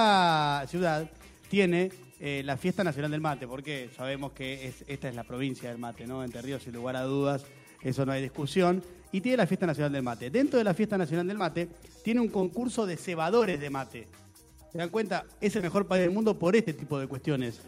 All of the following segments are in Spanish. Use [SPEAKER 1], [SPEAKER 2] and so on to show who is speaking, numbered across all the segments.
[SPEAKER 1] Esta ciudad tiene eh, la Fiesta Nacional del Mate, porque sabemos que es- esta es la provincia del mate, ¿no? Entre Ríos, sin lugar a dudas, eso no hay discusión. Y tiene la Fiesta Nacional del Mate. Dentro de la Fiesta Nacional del Mate, tiene un concurso de cebadores de mate. ¿Se dan cuenta? Es el mejor país del mundo por este tipo de cuestiones.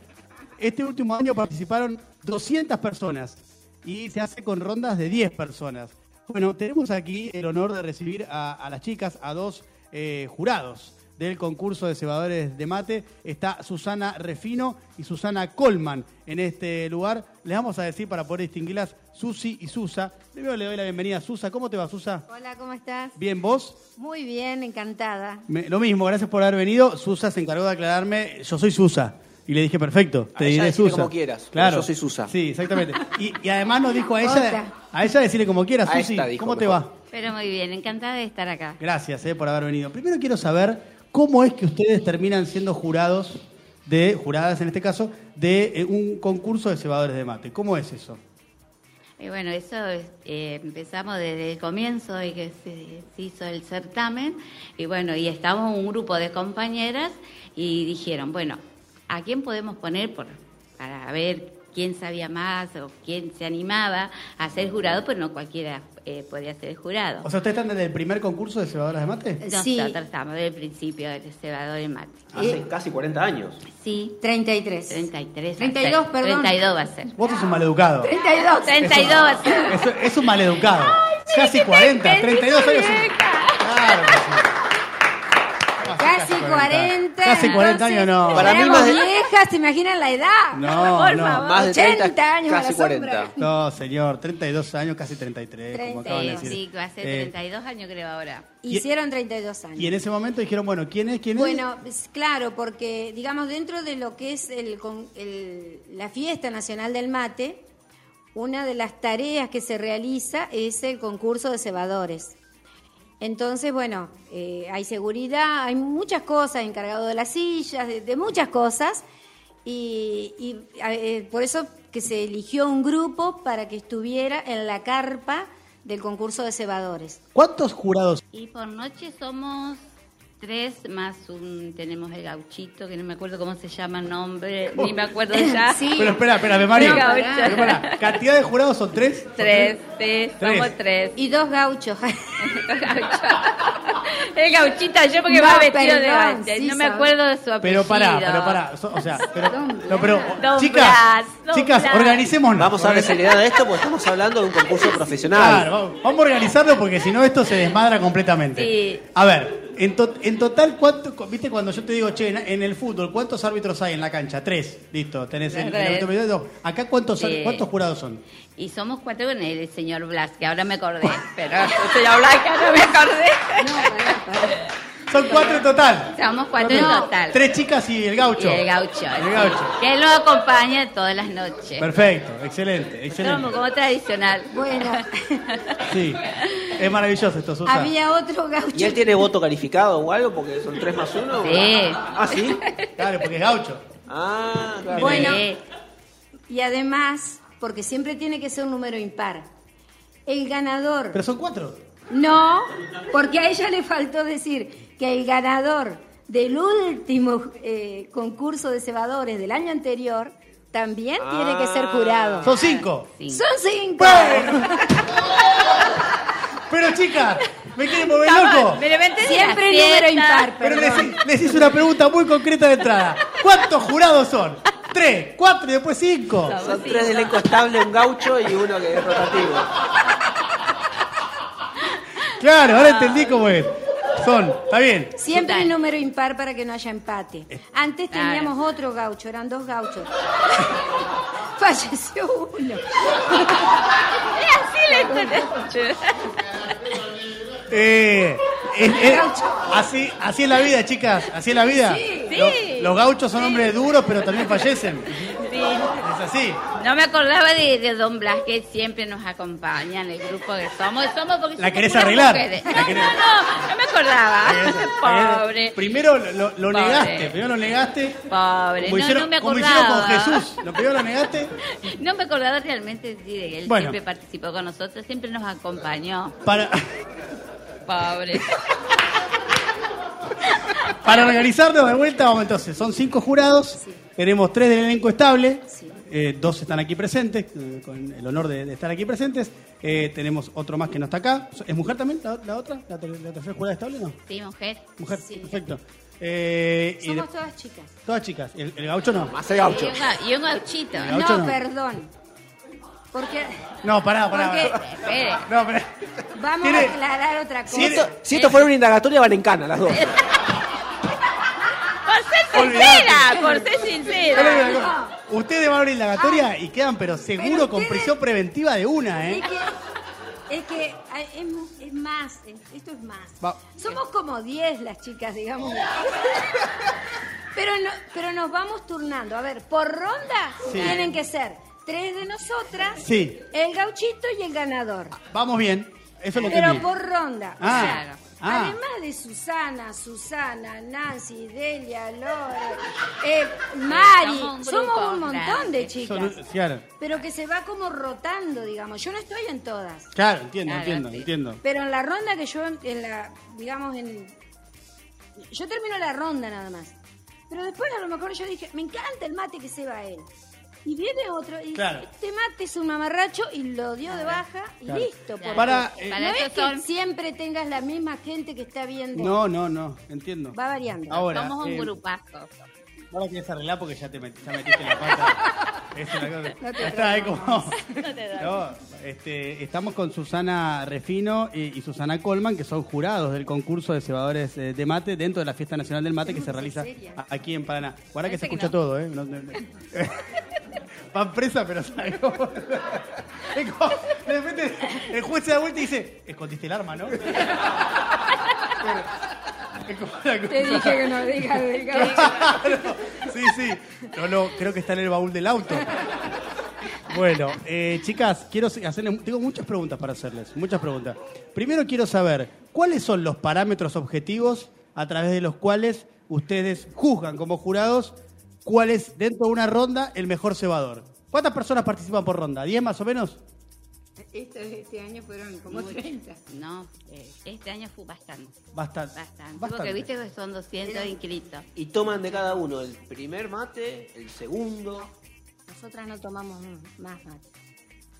[SPEAKER 1] Este último año participaron 200 personas y se hace con rondas de 10 personas. Bueno, tenemos aquí el honor de recibir a, a las chicas, a dos eh, jurados del concurso de cebadores de mate. Está Susana Refino y Susana Colman en este lugar. Les vamos a decir para poder distinguirlas, Susi y Susa. Primero le doy la bienvenida a Susa. ¿Cómo te va, Susa?
[SPEAKER 2] Hola, ¿cómo estás?
[SPEAKER 1] Bien, vos.
[SPEAKER 2] Muy bien, encantada.
[SPEAKER 1] Me- lo mismo, gracias por haber venido. Susa se encargó de aclararme, yo soy Susa. Y le dije, perfecto, te
[SPEAKER 3] A Ah, ella
[SPEAKER 1] diré
[SPEAKER 3] decile
[SPEAKER 1] Susa.
[SPEAKER 3] como quieras, pero
[SPEAKER 1] claro.
[SPEAKER 3] yo soy Susa.
[SPEAKER 1] Sí, exactamente. Y, y además nos dijo a
[SPEAKER 2] Otra.
[SPEAKER 1] ella, a ella decirle como quieras,
[SPEAKER 3] A
[SPEAKER 1] Susi,
[SPEAKER 3] esta dijo
[SPEAKER 1] ¿cómo te
[SPEAKER 3] mejor.
[SPEAKER 1] va?
[SPEAKER 4] Pero muy bien, encantada de estar acá.
[SPEAKER 1] Gracias eh, por haber venido. Primero quiero saber cómo es que ustedes terminan siendo jurados, de juradas en este caso, de eh, un concurso de cebadores de mate. ¿Cómo es eso?
[SPEAKER 4] Y bueno, eso es, eh, empezamos desde el comienzo de que se, se hizo el certamen. Y bueno, y estábamos un grupo de compañeras y dijeron, bueno, ¿a quién podemos poner por, para ver quién sabía más o quién se animaba a ser jurado? Pues no cualquiera eh, podía ser jurado.
[SPEAKER 1] O sea, ¿ustedes están desde el primer concurso de cebadoras de mate?
[SPEAKER 2] sí.
[SPEAKER 4] Nosotros estamos desde el principio del cebador en mate.
[SPEAKER 3] Hace
[SPEAKER 2] Eh.
[SPEAKER 3] casi 40 años.
[SPEAKER 4] Sí,
[SPEAKER 2] 33.
[SPEAKER 4] 33. va a ser.
[SPEAKER 2] 32, perdón.
[SPEAKER 4] 32 va a ser.
[SPEAKER 1] Vos sos un maleducado.
[SPEAKER 2] 32.
[SPEAKER 4] 32 va a ser.
[SPEAKER 1] Es, es un maleducado. Casi 40, 32 años. Claro que sí.
[SPEAKER 2] Casi 40.
[SPEAKER 1] Casi 40 años no.
[SPEAKER 3] Para
[SPEAKER 2] Para
[SPEAKER 3] mí
[SPEAKER 2] mí
[SPEAKER 3] más de-
[SPEAKER 2] viejas, ¿se imaginan la edad?
[SPEAKER 1] No,
[SPEAKER 2] Por
[SPEAKER 1] no.
[SPEAKER 2] favor,
[SPEAKER 3] Más de
[SPEAKER 2] 80
[SPEAKER 3] 30,
[SPEAKER 2] años
[SPEAKER 3] casi
[SPEAKER 2] a la sombra.
[SPEAKER 3] 40.
[SPEAKER 1] No, señor, 32 años, casi 33, como acaban de decir.
[SPEAKER 4] Sí, va a ser
[SPEAKER 1] Eh,
[SPEAKER 4] 32 años creo ahora.
[SPEAKER 2] Hicieron 32 años.
[SPEAKER 1] y en ese momento dijeron, bueno, ¿quién es? ¿Quién es?
[SPEAKER 2] Bueno, es claro, porque digamos dentro de lo que es el, con- el- la fiesta nacional del mate, una de las tareas que se realiza es el concurso de cebadores. Entonces, bueno, eh, hay seguridad, hay muchas cosas, encargado de las sillas, de, de muchas cosas, y, y, a- eh, por eso que se eligió un grupo para que estuviera en la carpa del concurso de cebadores.
[SPEAKER 1] ¿Cuántos jurados?
[SPEAKER 4] Y por noche somos tres más un tenemos el gauchito que no me acuerdo cómo se llama el nombre, ni me acuerdo ya.
[SPEAKER 2] Sí.
[SPEAKER 1] Pero espera, espera, me Mario.
[SPEAKER 4] No, pará.
[SPEAKER 1] Pero pará, ¿Cantidad de jurados son tres? ¿Son
[SPEAKER 4] Tres, sí, somos
[SPEAKER 1] Tres.
[SPEAKER 4] tres.
[SPEAKER 2] Y dos gauchos.
[SPEAKER 4] El gauchito yo porque
[SPEAKER 2] No,
[SPEAKER 4] va vestido de
[SPEAKER 2] perdón,
[SPEAKER 4] gaucho,
[SPEAKER 2] sí,
[SPEAKER 4] no me
[SPEAKER 2] sabe.
[SPEAKER 4] acuerdo de su apellido.
[SPEAKER 1] Pero pará, pero pará. so- o sea, pero,
[SPEAKER 2] Don
[SPEAKER 1] no, pero
[SPEAKER 4] Don
[SPEAKER 1] chicas,
[SPEAKER 4] Blas, Don
[SPEAKER 1] chicas,
[SPEAKER 4] Blas.
[SPEAKER 1] organicémonos.
[SPEAKER 3] Vamos a darle seriedad a esto porque estamos hablando de un concurso
[SPEAKER 1] Claro,
[SPEAKER 3] profesional.
[SPEAKER 1] vamos, vamos a organizarlo porque si no esto se desmadra completamente.
[SPEAKER 4] Sí.
[SPEAKER 1] A ver, en, to- en total, ¿cuánto, cu- viste cuando yo te digo, che, en, en el fútbol, ¿cuántos árbitros hay en la cancha? Tres, listo, tenés el, el
[SPEAKER 4] Tres.
[SPEAKER 1] árbitro medio, dos. Acá, ¿cuántos,
[SPEAKER 4] Sí.
[SPEAKER 1] ¿cuántos jurados son?
[SPEAKER 4] Y somos cuatro con el señor Blas, que ahora me acordé, pero el señor Blas que no me acordé.
[SPEAKER 1] Son cuatro en total.
[SPEAKER 4] Somos cuatro en total.
[SPEAKER 1] Tres chicas y el
[SPEAKER 4] Y
[SPEAKER 1] gaucho.
[SPEAKER 4] el gaucho.
[SPEAKER 1] El
[SPEAKER 4] sí,
[SPEAKER 1] gaucho.
[SPEAKER 4] Que lo acompaña todas las noches.
[SPEAKER 1] Perfecto, excelente,
[SPEAKER 4] Somos
[SPEAKER 1] excelente.
[SPEAKER 4] como tradicional.
[SPEAKER 2] Bueno,
[SPEAKER 1] Sí, es maravilloso esto, Susa.
[SPEAKER 2] había otro gaucho.
[SPEAKER 3] ¿Y él tiene voto calificado o algo? Porque son 3 más 1.
[SPEAKER 4] Sí.
[SPEAKER 3] Ah, sí.
[SPEAKER 1] Claro, porque es gaucho.
[SPEAKER 3] Ah, claro.
[SPEAKER 2] Bueno.
[SPEAKER 4] Sí.
[SPEAKER 2] Y además, porque siempre tiene que ser un número impar. El ganador.
[SPEAKER 1] Pero son cuatro.
[SPEAKER 2] No, porque a ella le faltó decir que el ganador del último eh, concurso de cebadores del año anterior también tiene que ser jurado.
[SPEAKER 1] Ah. Son cinco.
[SPEAKER 4] Sí.
[SPEAKER 2] Son cinco.
[SPEAKER 1] Bueno. Pero chicas, me quieren volver loco.
[SPEAKER 4] Me levanté de
[SPEAKER 2] Siempre
[SPEAKER 4] la
[SPEAKER 2] número
[SPEAKER 4] siesta.
[SPEAKER 2] impar.
[SPEAKER 1] Pero
[SPEAKER 2] perdón.
[SPEAKER 1] les, les hice una pregunta muy concreta de entrada. ¿Cuántos jurados son? Tres, cuatro y después cinco.
[SPEAKER 3] Son tres de elenco estable, un gaucho y uno que es rotativo.
[SPEAKER 1] Claro, ahora entendí cómo es. Son, está bien.
[SPEAKER 2] Siempre el número impar para que no haya empate. Antes
[SPEAKER 4] Claro.
[SPEAKER 2] teníamos otro gaucho, eran dos gauchos. Falleció uno.
[SPEAKER 4] Sí, le-
[SPEAKER 1] Eh, es- es- así, así es la vida, chicas. Así es la vida. Los, los gauchos son hombres duros, pero también fallecen.
[SPEAKER 4] Sí.
[SPEAKER 1] Es así.
[SPEAKER 4] No me acordaba de, de Don Blas, que siempre nos acompaña en el grupo que somos. Somos
[SPEAKER 1] ¿La
[SPEAKER 4] porque somos
[SPEAKER 1] querés
[SPEAKER 4] puras
[SPEAKER 1] arreglar?
[SPEAKER 4] mujeres.
[SPEAKER 1] ¿La
[SPEAKER 4] No,
[SPEAKER 1] querés-
[SPEAKER 4] no, no, no me acordaba. Ah, Pobre.
[SPEAKER 1] Primero lo- lo, lo
[SPEAKER 4] Pobre.
[SPEAKER 1] negaste. Primero lo negaste.
[SPEAKER 4] Pobre.
[SPEAKER 1] Como
[SPEAKER 4] No,
[SPEAKER 1] hicieron,
[SPEAKER 4] no me
[SPEAKER 1] como hicieron con
[SPEAKER 4] acordaba.
[SPEAKER 1] Jesús. Lo primero lo negaste.
[SPEAKER 4] No me acordaba realmente sí, de que él
[SPEAKER 1] Bueno.
[SPEAKER 4] siempre participó con nosotros, siempre nos acompañó.
[SPEAKER 1] Para...
[SPEAKER 4] Pobre.
[SPEAKER 1] Para organizarnos de vuelta, vamos entonces. Son cinco jurados.
[SPEAKER 2] Sí.
[SPEAKER 1] Tenemos tres del elenco estable.
[SPEAKER 2] Sí.
[SPEAKER 1] Eh, dos están aquí presentes, eh, con el honor de, de estar aquí presentes. Eh, tenemos otro más que no está acá. ¿Es mujer también la, la otra? ¿La, ter- la tercera jurada estable? No.
[SPEAKER 4] Sí, mujer.
[SPEAKER 1] Mujer,
[SPEAKER 2] Sí.
[SPEAKER 1] perfecto. Eh, y
[SPEAKER 2] Somos
[SPEAKER 1] de-
[SPEAKER 2] todas chicas.
[SPEAKER 1] todas chicas. El, el gaucho no.
[SPEAKER 3] Más el gaucho.
[SPEAKER 4] Y un, ga- y un gauchito.
[SPEAKER 1] El gaucho
[SPEAKER 2] No,
[SPEAKER 1] no.
[SPEAKER 2] perdón. Porque
[SPEAKER 1] No, pará, pará.
[SPEAKER 2] Porque-
[SPEAKER 1] pará.
[SPEAKER 4] Espere.
[SPEAKER 1] No, pará.
[SPEAKER 2] vamos
[SPEAKER 1] Tiene-
[SPEAKER 2] a aclarar otra cosa.
[SPEAKER 3] Si esto, si esto fuera una indagatoria, van en cana las dos.
[SPEAKER 4] Por ser sincera, por ser sincera.
[SPEAKER 2] No.
[SPEAKER 1] Ustedes van a abrir la gatoria y quedan, pero seguro,
[SPEAKER 2] pero
[SPEAKER 1] con
[SPEAKER 2] ustedes-
[SPEAKER 1] prisión preventiva de una, ¿eh?
[SPEAKER 2] Es que, es, que ay, es, mu- es más, es- esto es más.
[SPEAKER 1] Va.
[SPEAKER 2] Somos como 10 las chicas, digamos. Pero, no, pero nos vamos turnando. A ver, por ronda
[SPEAKER 1] Sí.
[SPEAKER 2] tienen que ser tres de nosotras,
[SPEAKER 1] Sí.
[SPEAKER 2] el gauchito y el ganador.
[SPEAKER 1] Vamos bien. Eso lo
[SPEAKER 2] Pero
[SPEAKER 1] entendí.
[SPEAKER 2] por ronda. O
[SPEAKER 1] Ah,
[SPEAKER 2] sea,
[SPEAKER 4] claro.
[SPEAKER 1] ah.
[SPEAKER 2] Además de Susana, Susana, Nancy, Delia, Lore, eh, Mari,
[SPEAKER 4] Somos un
[SPEAKER 2] somos
[SPEAKER 4] grupo
[SPEAKER 2] un montón
[SPEAKER 4] grande.
[SPEAKER 2] de
[SPEAKER 1] Eso
[SPEAKER 2] chicas.
[SPEAKER 1] no- claro,
[SPEAKER 2] Pero que se va como rotando, digamos. Yo no estoy en todas.
[SPEAKER 1] claro, entiendo,
[SPEAKER 4] Claro,
[SPEAKER 1] entiendo,
[SPEAKER 4] sí.
[SPEAKER 1] entiendo.
[SPEAKER 2] Pero en la ronda que yo, en la, digamos, en. Yo termino la ronda nada más. Pero después a lo mejor yo dije, me encanta el mate que se va a él. Y viene otro y
[SPEAKER 1] Claro.
[SPEAKER 2] este mate es un mamarracho y lo dio de baja y
[SPEAKER 1] Claro.
[SPEAKER 2] listo. porque
[SPEAKER 1] Para, eh,
[SPEAKER 4] Para
[SPEAKER 2] no
[SPEAKER 4] eso
[SPEAKER 2] es que
[SPEAKER 4] son-
[SPEAKER 2] siempre tengas la misma gente que está viendo.
[SPEAKER 1] No, no, no, entiendo.
[SPEAKER 2] Va variando.
[SPEAKER 1] Ahora,
[SPEAKER 4] Somos un
[SPEAKER 1] eh,
[SPEAKER 4] grupazo.
[SPEAKER 1] Ahora quieres arreglar porque ya te met- ya metiste la pata. Es una cosa-
[SPEAKER 2] No te
[SPEAKER 1] ya está, ¿eh?
[SPEAKER 2] preocupes.
[SPEAKER 1] Como- No, este, estamos con Susana Refino y, y Susana Colman, que son jurados del concurso de cebadores eh, de mate dentro de la Fiesta Nacional del Mate que se realiza
[SPEAKER 2] seria.
[SPEAKER 1] a- aquí en Paraná. Guarda que se
[SPEAKER 5] Parece que
[SPEAKER 1] escucha
[SPEAKER 5] no.
[SPEAKER 1] todo, ¿eh? No- no- no. Van presa, pero sabe cómo. Es como- De repente el juez se da vuelta y dice: Escondiste el arma, ¿no? Es como una cosa-
[SPEAKER 2] Te dije que no digas del gaucho.
[SPEAKER 1] Sí, sí. No, no, creo que está en el baúl del auto. Bueno, eh, chicas, quiero hacerles, tengo muchas preguntas para hacerles, muchas preguntas. Primero quiero saber cuáles son los parámetros objetivos a través de los cuales ustedes juzgan como jurados cuál es dentro de una ronda el mejor cebador. ¿Cuántas personas participan por ronda? ¿10 más o menos?
[SPEAKER 5] Este, este año fueron como 30.
[SPEAKER 4] No, eh, este año fue bastante.
[SPEAKER 1] Bastante.
[SPEAKER 4] Bastante. Porque viste que son 200 inscritos.
[SPEAKER 3] Y toman de cada uno el primer mate, el segundo.
[SPEAKER 2] Nosotras no tomamos más mate.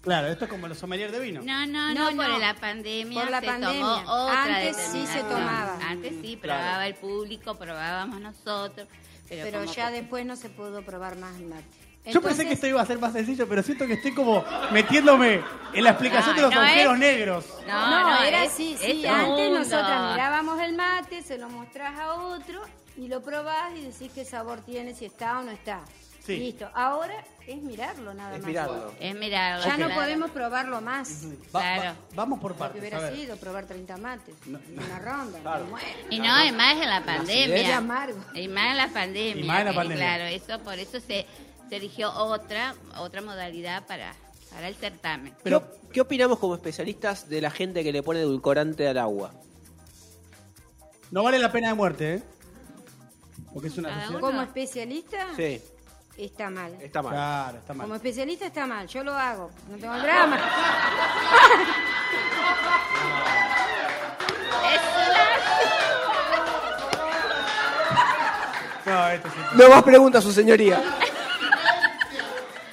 [SPEAKER 1] Claro, esto es como los sommeliers de vino.
[SPEAKER 4] No,
[SPEAKER 2] No,
[SPEAKER 4] no, no,
[SPEAKER 2] no.
[SPEAKER 4] por la pandemia
[SPEAKER 2] Por la
[SPEAKER 4] se
[SPEAKER 2] pandemia.
[SPEAKER 4] tomó otra
[SPEAKER 2] Antes sí se
[SPEAKER 4] determinación.
[SPEAKER 2] tomaba.
[SPEAKER 4] Antes sí,
[SPEAKER 1] Claro.
[SPEAKER 4] probaba el público, probábamos nosotros. Pero,
[SPEAKER 2] Pero
[SPEAKER 4] como-
[SPEAKER 2] ya después no se pudo probar más el mate.
[SPEAKER 1] Yo pensé que este- esto
[SPEAKER 2] Entonces-
[SPEAKER 1] iba a ser más sencillo, pero siento que estoy como metiéndome en la explicación
[SPEAKER 4] No,
[SPEAKER 1] de los
[SPEAKER 4] no
[SPEAKER 1] agujeros
[SPEAKER 4] es-
[SPEAKER 1] negros.
[SPEAKER 4] No,
[SPEAKER 2] No, este
[SPEAKER 4] no,
[SPEAKER 2] era
[SPEAKER 4] es-
[SPEAKER 2] así,
[SPEAKER 4] es
[SPEAKER 2] sí.
[SPEAKER 4] un
[SPEAKER 2] Antes
[SPEAKER 4] mundo.
[SPEAKER 2] nosotras mirábamos el mate, se lo mostrás a otro y lo probás y decís qué sabor tiene, si está o no está.
[SPEAKER 1] Sí.
[SPEAKER 2] Listo. Ahora es mirarlo nada
[SPEAKER 3] Es
[SPEAKER 2] más.
[SPEAKER 3] mirarlo.
[SPEAKER 4] Es mirar.
[SPEAKER 2] Ya no
[SPEAKER 4] claro.
[SPEAKER 2] podemos probarlo más.
[SPEAKER 1] Va-
[SPEAKER 4] Claro.
[SPEAKER 1] va- vamos por
[SPEAKER 2] Porque
[SPEAKER 1] partes. a
[SPEAKER 2] hubiera
[SPEAKER 1] ver.
[SPEAKER 2] sido probar 30 mates. en Una ronda.
[SPEAKER 3] Claro.
[SPEAKER 2] me muero.
[SPEAKER 4] Y no, y más en la
[SPEAKER 2] Era
[SPEAKER 4] pandemia.
[SPEAKER 2] amargo.
[SPEAKER 4] Y más en la pandemia.
[SPEAKER 1] Y más en la
[SPEAKER 4] eh,
[SPEAKER 1] pandemia.
[SPEAKER 4] Claro, eso, por eso se, se eligió otra, otra modalidad para, para el certamen.
[SPEAKER 1] Pero-
[SPEAKER 3] ¿Qué, qué opinamos como especialistas de la gente que le pone edulcorante al agua?
[SPEAKER 1] No vale la pena de muerte, ¿eh? Porque es una
[SPEAKER 4] Cada
[SPEAKER 1] sociedad-
[SPEAKER 4] uno.
[SPEAKER 2] Como especialista
[SPEAKER 3] Sí,
[SPEAKER 2] está mal.
[SPEAKER 3] está mal.
[SPEAKER 1] Claro, está
[SPEAKER 2] Como
[SPEAKER 1] mal.
[SPEAKER 2] especialista está mal. Yo lo hago. No tengo drama.
[SPEAKER 1] No, este esto sí.
[SPEAKER 3] No más preguntas, su señoría.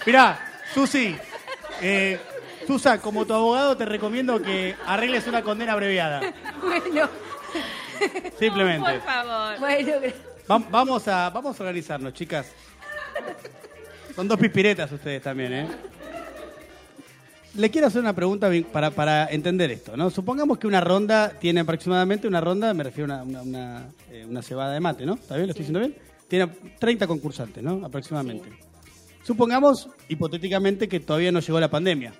[SPEAKER 1] Mirá, Susi, eh, Susa, como tu abogado te recomiendo que arregles una condena abreviada.
[SPEAKER 2] Bueno,
[SPEAKER 4] Por
[SPEAKER 1] Simplemente.
[SPEAKER 4] favor.
[SPEAKER 2] bueno. gra-
[SPEAKER 1] Vam- vamos, a, vamos a organizarnos, chicas. Son dos pispiretas ustedes también, ¿eh? Le quiero hacer una pregunta bien- para, para entender esto, ¿no? Supongamos que una ronda tiene aproximadamente, una ronda, me refiero a una, una, una, eh, una cebada de mate, ¿no? ¿Está bien? ¿Lo estoy diciendo bien? Tiene 30 concursantes, ¿no? Aproximadamente. Supongamos, hipotéticamente, que todavía no llegó la pandemia.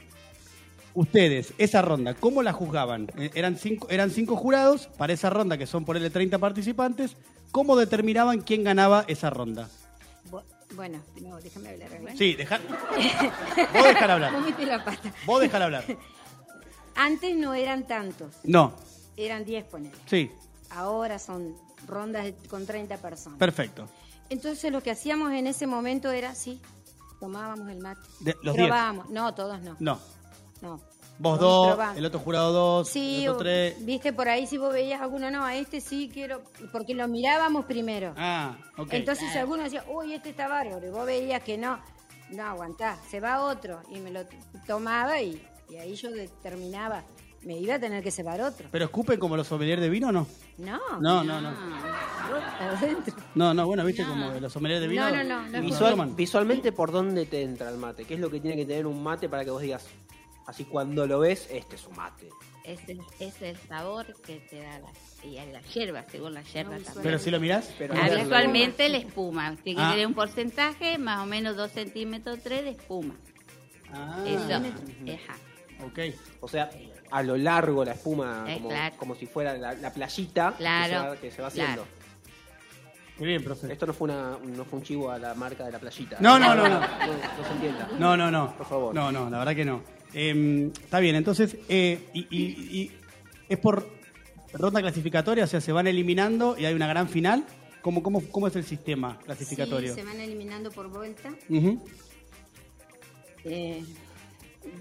[SPEAKER 1] Ustedes, esa ronda, ¿cómo la juzgaban? Eh, eran, cinco, eran cinco jurados para esa ronda, que son por el 30 participantes. ¿Cómo determinaban quién ganaba esa ronda?
[SPEAKER 2] Bu- Bueno, no, déjame hablar. Bueno.
[SPEAKER 1] Sí, dejar. Vos dejar hablar.
[SPEAKER 2] Comete la pata.
[SPEAKER 1] Vos dejar hablar.
[SPEAKER 2] Antes no eran tantos.
[SPEAKER 1] No,
[SPEAKER 2] Eran 10, ponele.
[SPEAKER 1] sí,
[SPEAKER 2] Ahora son rondas de- con 30 personas.
[SPEAKER 1] perfecto.
[SPEAKER 2] Entonces lo que hacíamos en ese momento era, sí, tomábamos el mate.
[SPEAKER 1] De- los diez.
[SPEAKER 2] probábamos. No, todos no.
[SPEAKER 1] No,
[SPEAKER 2] No.
[SPEAKER 1] Vos
[SPEAKER 2] Con nuestro
[SPEAKER 1] dos,
[SPEAKER 2] banco.
[SPEAKER 1] el otro jurado dos,
[SPEAKER 2] Sí,
[SPEAKER 1] el otro
[SPEAKER 2] o-
[SPEAKER 1] tres.
[SPEAKER 2] viste por ahí si vos veías alguno, no, a este sí quiero, porque lo mirábamos primero.
[SPEAKER 1] Ah, ok.
[SPEAKER 2] Entonces alguno decía, uy, este está bárbaro, y vos veías que no, no aguantá, se va otro, y me lo t- tomaba y, y ahí yo determinaba, me iba a tener que cebar otro.
[SPEAKER 1] ¿Pero escupen como los sommeliers de vino o no?
[SPEAKER 2] No,
[SPEAKER 1] No, no, no.
[SPEAKER 2] adentro.
[SPEAKER 1] No, no, bueno, viste como los sommeliers de vino.
[SPEAKER 2] No, no, no, no
[SPEAKER 1] ni
[SPEAKER 2] escupen.
[SPEAKER 1] toman.
[SPEAKER 3] Visual- visualmente, ¿por dónde te entra el mate? ¿Qué es lo que tiene que tener un mate para que vos digas, así cuando lo ves, este es un mate?
[SPEAKER 4] Es el, es el sabor que te da la, y a la hierba, según la hierba
[SPEAKER 2] No,
[SPEAKER 4] también.
[SPEAKER 1] Pero si lo mirás,
[SPEAKER 3] Pero-
[SPEAKER 1] ¿cómo te-
[SPEAKER 4] Habitualmente la espuma, tiene
[SPEAKER 1] Ah.
[SPEAKER 4] que tener un porcentaje, más o menos 2 centímetros 3 de espuma.
[SPEAKER 1] Ah,
[SPEAKER 4] Eso, ajá.
[SPEAKER 1] ok.
[SPEAKER 3] O sea, a lo largo la espuma,
[SPEAKER 4] Eh,
[SPEAKER 3] como,
[SPEAKER 4] claro.
[SPEAKER 3] como si fuera la, la playita que, se
[SPEAKER 4] Claro,
[SPEAKER 3] va, que se va
[SPEAKER 4] claro.
[SPEAKER 3] haciendo.
[SPEAKER 1] Qué bien, profe.
[SPEAKER 3] Esto no fue, una, no fue un chivo a la marca de la playita.
[SPEAKER 1] No, no, no, no.
[SPEAKER 3] no se entienda.
[SPEAKER 1] No, no, no.
[SPEAKER 3] Por favor.
[SPEAKER 1] No, no, la verdad que no. Eh, está bien, entonces, eh, y, y- y es por ronda clasificatoria, o sea, se van eliminando y hay una gran final. ¿Cómo, cómo, cómo es el sistema clasificatorio?
[SPEAKER 2] Sí, se van eliminando por vuelta.
[SPEAKER 1] Ujú.
[SPEAKER 2] Eh,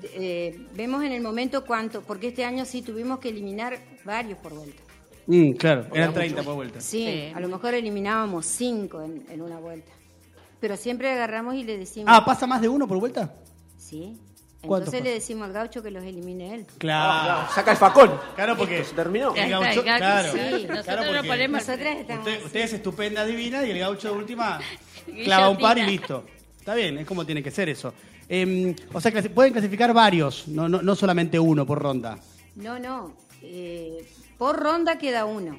[SPEAKER 2] de- eh, vemos en el momento cuánto, porque este año sí tuvimos que eliminar varios por vuelta.
[SPEAKER 1] Mm, claro, eran 30 por vuelta.
[SPEAKER 2] Sí,
[SPEAKER 4] Sí.
[SPEAKER 2] a lo mejor eliminábamos cinco en, en una vuelta. Pero siempre agarramos y le decimos,
[SPEAKER 1] Ah, ¿pasa más de uno por vuelta?
[SPEAKER 2] sí.
[SPEAKER 1] ¿Cuántos
[SPEAKER 2] Entonces le
[SPEAKER 1] pasan?
[SPEAKER 2] decimos al gaucho que los elimine él.
[SPEAKER 1] Claro,
[SPEAKER 3] Saca el facón.
[SPEAKER 1] claro, porque.
[SPEAKER 3] Ah, Esto se terminó.
[SPEAKER 1] El
[SPEAKER 4] Ya está,
[SPEAKER 1] gaucho,
[SPEAKER 4] el gaucho,
[SPEAKER 1] claro,
[SPEAKER 4] sí.
[SPEAKER 1] claro,
[SPEAKER 4] Nosotros lo
[SPEAKER 1] porque
[SPEAKER 4] ponemos-
[SPEAKER 2] Nosotras estamos
[SPEAKER 1] usted,
[SPEAKER 2] así.
[SPEAKER 1] usted es estupenda, divina y el gaucho de última clava un par y listo. Está bien, es como tiene que ser eso. Eh, o sea, clasi- pueden clasificar varios, no, no, no solamente uno por ronda.
[SPEAKER 2] No, no. eh, por ronda queda uno.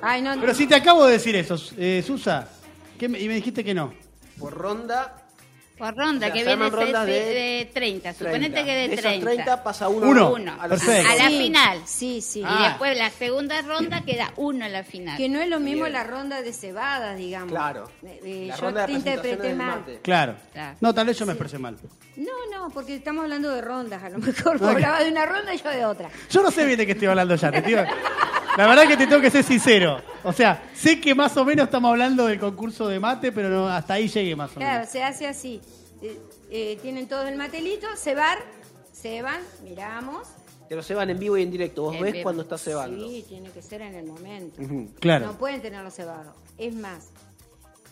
[SPEAKER 2] Ay, no.
[SPEAKER 1] Pero si te acabo de decir eso, eh, Susa, ¿qué me- y me dijiste que no.
[SPEAKER 3] Por ronda.
[SPEAKER 4] Por ronda,
[SPEAKER 3] O sea,
[SPEAKER 4] que
[SPEAKER 3] se
[SPEAKER 4] viene
[SPEAKER 3] arman rondas
[SPEAKER 4] de,
[SPEAKER 3] de-
[SPEAKER 4] de 30,
[SPEAKER 3] 30.
[SPEAKER 4] suponete que de
[SPEAKER 3] De
[SPEAKER 4] 30.
[SPEAKER 3] esos 30 pasa uno,
[SPEAKER 1] Uno.
[SPEAKER 4] A,
[SPEAKER 3] los
[SPEAKER 1] Perfecto.
[SPEAKER 4] a la
[SPEAKER 2] Sí,
[SPEAKER 4] final.
[SPEAKER 2] Sí, sí.
[SPEAKER 1] Ah.
[SPEAKER 4] Y después la segunda ronda queda uno en la final.
[SPEAKER 2] Que no es lo mismo
[SPEAKER 3] Bien.
[SPEAKER 2] la ronda de cebadas, digamos.
[SPEAKER 3] Claro.
[SPEAKER 2] Eh, eh,
[SPEAKER 3] La
[SPEAKER 2] yo
[SPEAKER 3] ronda de
[SPEAKER 2] te
[SPEAKER 3] presentaciones
[SPEAKER 2] interpreté
[SPEAKER 3] del
[SPEAKER 2] mal.
[SPEAKER 3] mate.
[SPEAKER 1] Claro.
[SPEAKER 4] Claro.
[SPEAKER 1] No, tal vez yo me expresé mal.
[SPEAKER 2] No, no, porque estamos hablando de rondas. A lo mejor vos
[SPEAKER 1] Ok.
[SPEAKER 2] hablabas de una ronda y yo de otra.
[SPEAKER 1] Yo no sé bien de qué estoy hablando ya, te digo. La verdad que te tengo que ser sincero. O sea, sé que más o menos estamos hablando del concurso de mate, pero no, hasta ahí llegué más o
[SPEAKER 2] Claro,
[SPEAKER 1] menos.
[SPEAKER 2] se hace así. Eh, eh, tienen todos el matelito, cebar, ceban, miramos.
[SPEAKER 3] Te lo ceban en vivo y en directo. Vos
[SPEAKER 4] En
[SPEAKER 3] ves
[SPEAKER 4] vivo.
[SPEAKER 3] cuando estás cebando.
[SPEAKER 2] Sí, tiene que ser en el momento.
[SPEAKER 3] Ujú.
[SPEAKER 2] No
[SPEAKER 1] Claro.
[SPEAKER 2] pueden tenerlo cebado. Es más,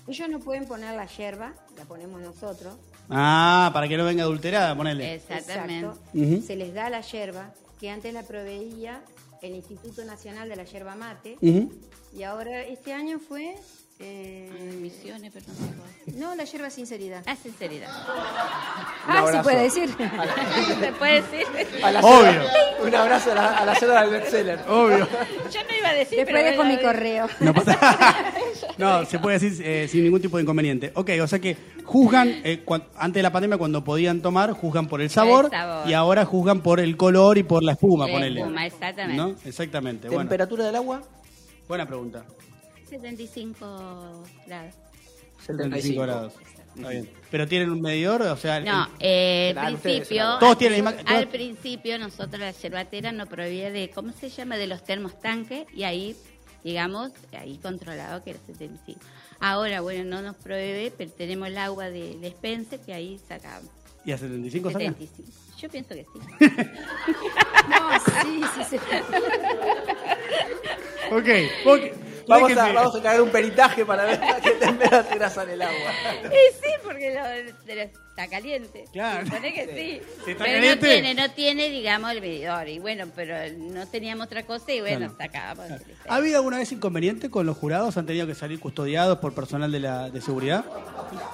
[SPEAKER 2] ellos no pueden poner la yerba, la ponemos nosotros.
[SPEAKER 1] Ah, para que no venga adulterada, ponele.
[SPEAKER 4] Exactamente.
[SPEAKER 2] Exacto.
[SPEAKER 1] Ujú.
[SPEAKER 2] Se les da la yerba, que antes la proveía el Instituto Nacional de la Yerba Mate.
[SPEAKER 1] Ujú.
[SPEAKER 2] Y ahora, este año fue... eh,
[SPEAKER 4] Misiones, pero no me acuerdo.
[SPEAKER 2] no, la yerba sinceridad.
[SPEAKER 4] La sinceridad.
[SPEAKER 2] Ah, se
[SPEAKER 3] abrazo.
[SPEAKER 2] puede decir.
[SPEAKER 4] ¿Se puede decir?
[SPEAKER 3] A la
[SPEAKER 1] Obvio.
[SPEAKER 3] cena- Un abrazo a la, a la cena del bestseller.
[SPEAKER 1] Obvio.
[SPEAKER 4] Yo no iba a decir,
[SPEAKER 2] Después
[SPEAKER 4] pero
[SPEAKER 2] dejo
[SPEAKER 4] me
[SPEAKER 2] mi
[SPEAKER 4] la-
[SPEAKER 2] correo.
[SPEAKER 1] No pasa. No, se puede decir eh, sin ningún tipo de inconveniente. Ok, o sea que juzgan, eh, cuan- antes de la pandemia cuando podían tomar, juzgan por el sabor,
[SPEAKER 4] El sabor.
[SPEAKER 1] y ahora juzgan por el color y por la espuma,
[SPEAKER 4] La
[SPEAKER 1] ponele.
[SPEAKER 4] espuma, exactamente.
[SPEAKER 1] ¿No? Exactamente. Bueno,
[SPEAKER 3] Temperatura del agua,
[SPEAKER 1] buena pregunta.
[SPEAKER 4] 75 grados.
[SPEAKER 1] 75 grados. Está bien. Pero tienen un medidor, o sea, el-
[SPEAKER 4] No, eh,
[SPEAKER 1] Ah,
[SPEAKER 4] al
[SPEAKER 3] Claro, ustedes,
[SPEAKER 4] principio.
[SPEAKER 3] claro.
[SPEAKER 1] Todos tienen la misma-
[SPEAKER 4] Al
[SPEAKER 1] todos-
[SPEAKER 4] principio, nosotros la yerbatera nos prohibía de, ¿cómo se llama? De los termos tanques y ahí, digamos, ahí controlado que era 75. Ahora, bueno, no nos prohíbe, pero tenemos el agua del dispense que ahí sacamos.
[SPEAKER 1] y a 75 sacan.
[SPEAKER 4] 75. Yo pienso que sí.
[SPEAKER 2] No, sí, sí, sí.
[SPEAKER 1] Ok, ok.
[SPEAKER 3] Vamos a,
[SPEAKER 1] Déjenme.
[SPEAKER 3] vamos a cagar un peritaje para ver a qué temperatura sale el agua.
[SPEAKER 4] Y sí, porque lo- pero está caliente.
[SPEAKER 1] Claro.
[SPEAKER 4] Se supone que sí.
[SPEAKER 1] Si está
[SPEAKER 4] pero
[SPEAKER 1] caliente.
[SPEAKER 4] no tiene, no tiene, digamos, el medidor. Y bueno, pero no teníamos otra cosa y bueno,
[SPEAKER 1] Claro.
[SPEAKER 4] sacábamos.
[SPEAKER 1] ¿Ha habido alguna vez inconveniente con los jurados? ¿Han tenido que salir custodiados por personal de, la, de seguridad?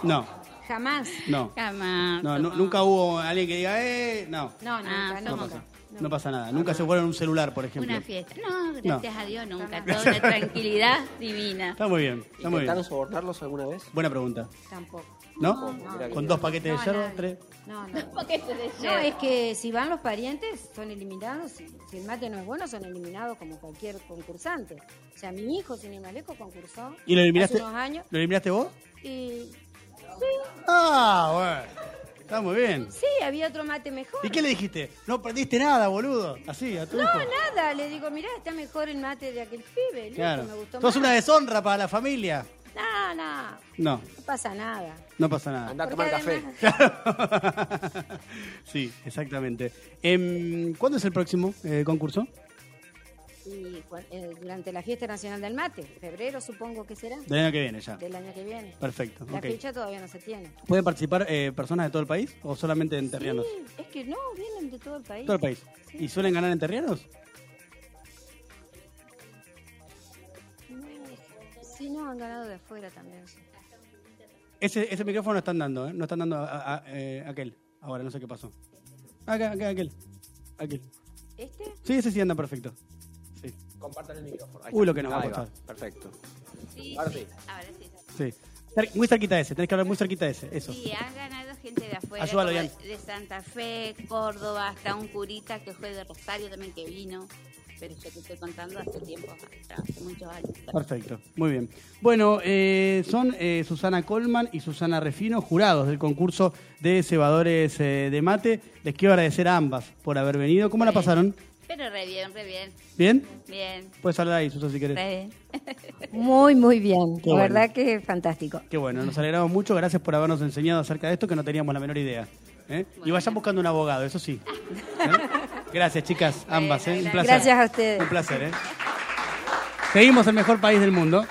[SPEAKER 1] No,
[SPEAKER 2] Jamás.
[SPEAKER 1] no.
[SPEAKER 4] Jamás.
[SPEAKER 1] No, no,
[SPEAKER 4] somos-
[SPEAKER 1] nunca hubo alguien que diga, eh, no.
[SPEAKER 2] No, nunca,
[SPEAKER 4] Ah,
[SPEAKER 1] No
[SPEAKER 2] nunca.
[SPEAKER 1] pasa, no pasa nada. Nunca se fueron un celular, por ejemplo.
[SPEAKER 4] Una fiesta. No, gracias a Dios nunca.
[SPEAKER 2] Jamás.
[SPEAKER 4] Toda una tranquilidad divina.
[SPEAKER 1] Está muy bien, está muy bien.
[SPEAKER 3] ¿Intentaron sobornarlos alguna vez?
[SPEAKER 1] Buena pregunta.
[SPEAKER 2] Tampoco.
[SPEAKER 1] ¿No?
[SPEAKER 3] no,
[SPEAKER 1] Con
[SPEAKER 3] no.
[SPEAKER 1] dos paquetes
[SPEAKER 2] No,
[SPEAKER 1] de yerba,
[SPEAKER 2] nadie.
[SPEAKER 1] tres.
[SPEAKER 2] No, no.
[SPEAKER 4] Porque se le
[SPEAKER 2] No,
[SPEAKER 4] lleva.
[SPEAKER 2] es que si van los parientes, son eliminados. Si, si el mate no es bueno, son eliminados como cualquier concursante. O sea, mi hijo, sin ir más lejos, concursó
[SPEAKER 1] ¿Y lo eliminaste?
[SPEAKER 2] hace unos años.
[SPEAKER 1] ¿Lo eliminaste vos?
[SPEAKER 2] Y
[SPEAKER 1] Ah, bueno. Está muy bien.
[SPEAKER 2] sí, había otro mate mejor.
[SPEAKER 1] ¿Y qué le dijiste? No perdiste nada, boludo. Así, a tu
[SPEAKER 2] No,
[SPEAKER 1] hijo.
[SPEAKER 2] nada. Le digo, mirá, está mejor el mate de aquel pibe. listo,
[SPEAKER 1] Claro.
[SPEAKER 2] me gustó
[SPEAKER 1] Sos
[SPEAKER 2] más.
[SPEAKER 1] una deshonra para la familia.
[SPEAKER 2] No, no, no,
[SPEAKER 1] No,
[SPEAKER 2] no pasa nada.
[SPEAKER 1] no pasa nada.
[SPEAKER 3] Andá a
[SPEAKER 2] Porque
[SPEAKER 3] tomar café.
[SPEAKER 2] además-
[SPEAKER 1] sí, exactamente. Em, ¿Cuándo es el próximo eh, concurso?
[SPEAKER 2] Y cu- eh, durante la fiesta nacional del mate, febrero supongo que será,
[SPEAKER 1] Del año que viene ya.
[SPEAKER 2] del año que viene.
[SPEAKER 1] Perfecto.
[SPEAKER 2] La
[SPEAKER 1] ok.
[SPEAKER 2] fecha todavía no se tiene.
[SPEAKER 1] ¿Pueden participar eh, personas de todo el país o solamente enterrianos?
[SPEAKER 2] Sí, es que no, vienen de todo el país.
[SPEAKER 1] Todo el país. ¿Y suelen ganar enterrianos?
[SPEAKER 2] Sí, no, han ganado de afuera también. sí.
[SPEAKER 1] Ese, ese micrófono no están dando, ¿eh? No están dando a, a- a- eh, aquel. Ahora, no sé qué pasó. Acá, acá, aquel. Aquel.
[SPEAKER 2] ¿Este?
[SPEAKER 1] Sí, ese sí anda perfecto. Sí.
[SPEAKER 3] Compartan el micrófono. Ahí
[SPEAKER 1] Uy,
[SPEAKER 3] está.
[SPEAKER 1] lo que nos va a
[SPEAKER 3] Ahí
[SPEAKER 1] costar.
[SPEAKER 3] Perfecto.
[SPEAKER 4] Sí,
[SPEAKER 3] Ahora
[SPEAKER 4] sí.
[SPEAKER 3] sí.
[SPEAKER 4] Ahora sí.
[SPEAKER 1] Sí. Cer- Muy cerquita de ese, tenés que hablar muy cerquita de ese, eso.
[SPEAKER 4] Sí, han ganado gente de afuera.
[SPEAKER 1] Ayúdalo,
[SPEAKER 4] como
[SPEAKER 1] Ian.
[SPEAKER 4] De Santa Fe, Córdoba, hasta un curita que fue de Rosario también que vino. Pero yo te estoy contando hace tiempo, hace muchos años.
[SPEAKER 1] Perfecto, muy bien. Bueno, eh, son eh, Susana Colman y Susana Refino, jurados del concurso de cebadores eh, de mate. Les quiero agradecer a ambas por haber venido. ¿Cómo la pasaron?
[SPEAKER 4] Pero re bien, re bien.
[SPEAKER 1] ¿Bien?
[SPEAKER 4] Bien,
[SPEAKER 1] Puedes hablar ahí, Susana, si querés.
[SPEAKER 4] re bien.
[SPEAKER 2] Muy, muy bien.
[SPEAKER 1] Qué
[SPEAKER 2] la
[SPEAKER 1] bueno.
[SPEAKER 2] verdad que es fantástico.
[SPEAKER 1] Qué bueno, nos alegramos mucho. Gracias por habernos enseñado acerca de esto que no teníamos la menor idea. ¿eh? Y
[SPEAKER 4] Bueno.
[SPEAKER 1] vayan buscando un abogado, eso sí. ¿Eh? Gracias, chicas, ambas. ¿eh? Un placer.
[SPEAKER 2] Gracias a ustedes.
[SPEAKER 1] Un placer, ¿eh? Seguimos el mejor país del mundo.